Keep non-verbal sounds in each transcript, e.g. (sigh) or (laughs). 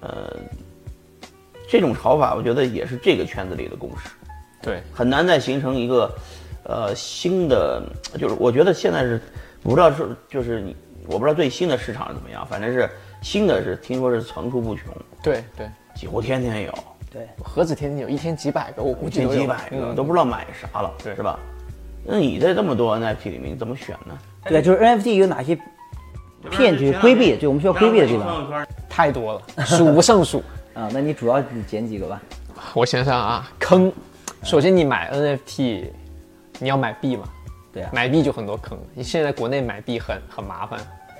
呃，这种炒法，我觉得也是这个圈子里的共识，对，很难再形成一个呃新的，就是我觉得现在是我不知道是就是你，我不知道最新的市场是怎么样，反正是新的是听说是层出不穷，对对，几乎天天有，对，何止天天有，一天几百个，我估计近都有几百个嗯都不知道买啥了，对是吧？那你在这么多 NFT 里面，你怎么选呢？对，就是 NFT 有哪些骗局规避的，对我们需要规避的地方太多了，数不胜数。啊？那你主要你捡几个吧？我先上啊， (laughs) 坑。首先你买 NFT，你要买币嘛，对啊，买币就很多坑。你现在国内买币很很麻烦。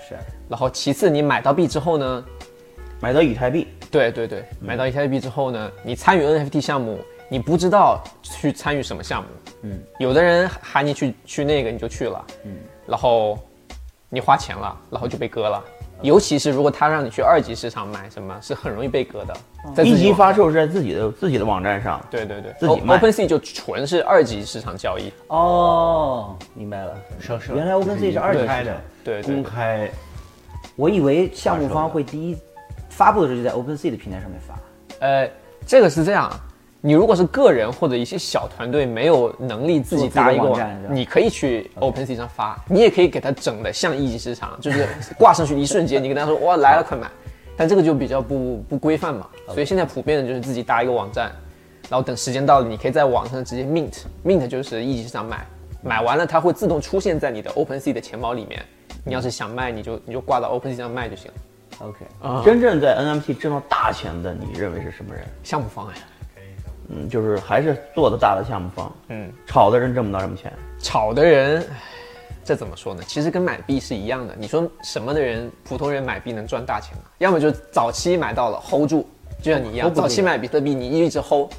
是然后其次你买到币之后呢，买到以太币，对对对，买到 ETB 之后呢，你参与 NFT 项目，你不知道去参与什么项目，嗯，有的人喊你去去那个你就去了，嗯，然后你花钱了，然后就被割了。嗯尤其是如果他让你去二级市场买什么，是很容易被割的。在自一己级网发，售是在自己的自己的网站上，对对对，自己 O- 卖 OpenSea 就纯是二级市场交易，哦，明白了。上市原来 OpenSea 是二级市开场的，对对对公开我以为项目方会第一发布的时候就在 OpenSea 的平台上面发。呃，这个是这样，啊你如果是个人或者一些小团队没有能力自己搭一个做网自己的网站是吧你可以去 OpenSea 上发，你也可以给它整的像一级市场，就是挂上去一瞬间，你跟他说哇来了快买，但这个就比较不不规范嘛，所以现在普遍的就是自己搭一个网站，然后等时间到了，你可以在网上直接 mint mint 就是一级市场买，买完了它会自动出现在你的 OpenSea 的钱包里面，你要是想卖你就你就挂到 OpenSea 上卖就行了， OK，真正在 NFT 挣到大钱的，你认为是什么人？项目方案。嗯，就是还是做的大的项目方，嗯，炒的人挣不到什么钱，炒的人，唉这怎么说呢？其实跟买币是一样的。你说什么的人，普通人买币能赚大钱吗？要么就早期买到了 hold 住，就像你一样， hold 不住早期买比特币你一直 hold，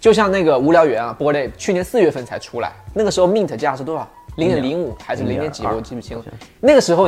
就像那个无聊猿啊，波类去年四月份才出来，那个时候 mint 价是多少？零点零五还是零点几？ 0.2我记不清了。那个时候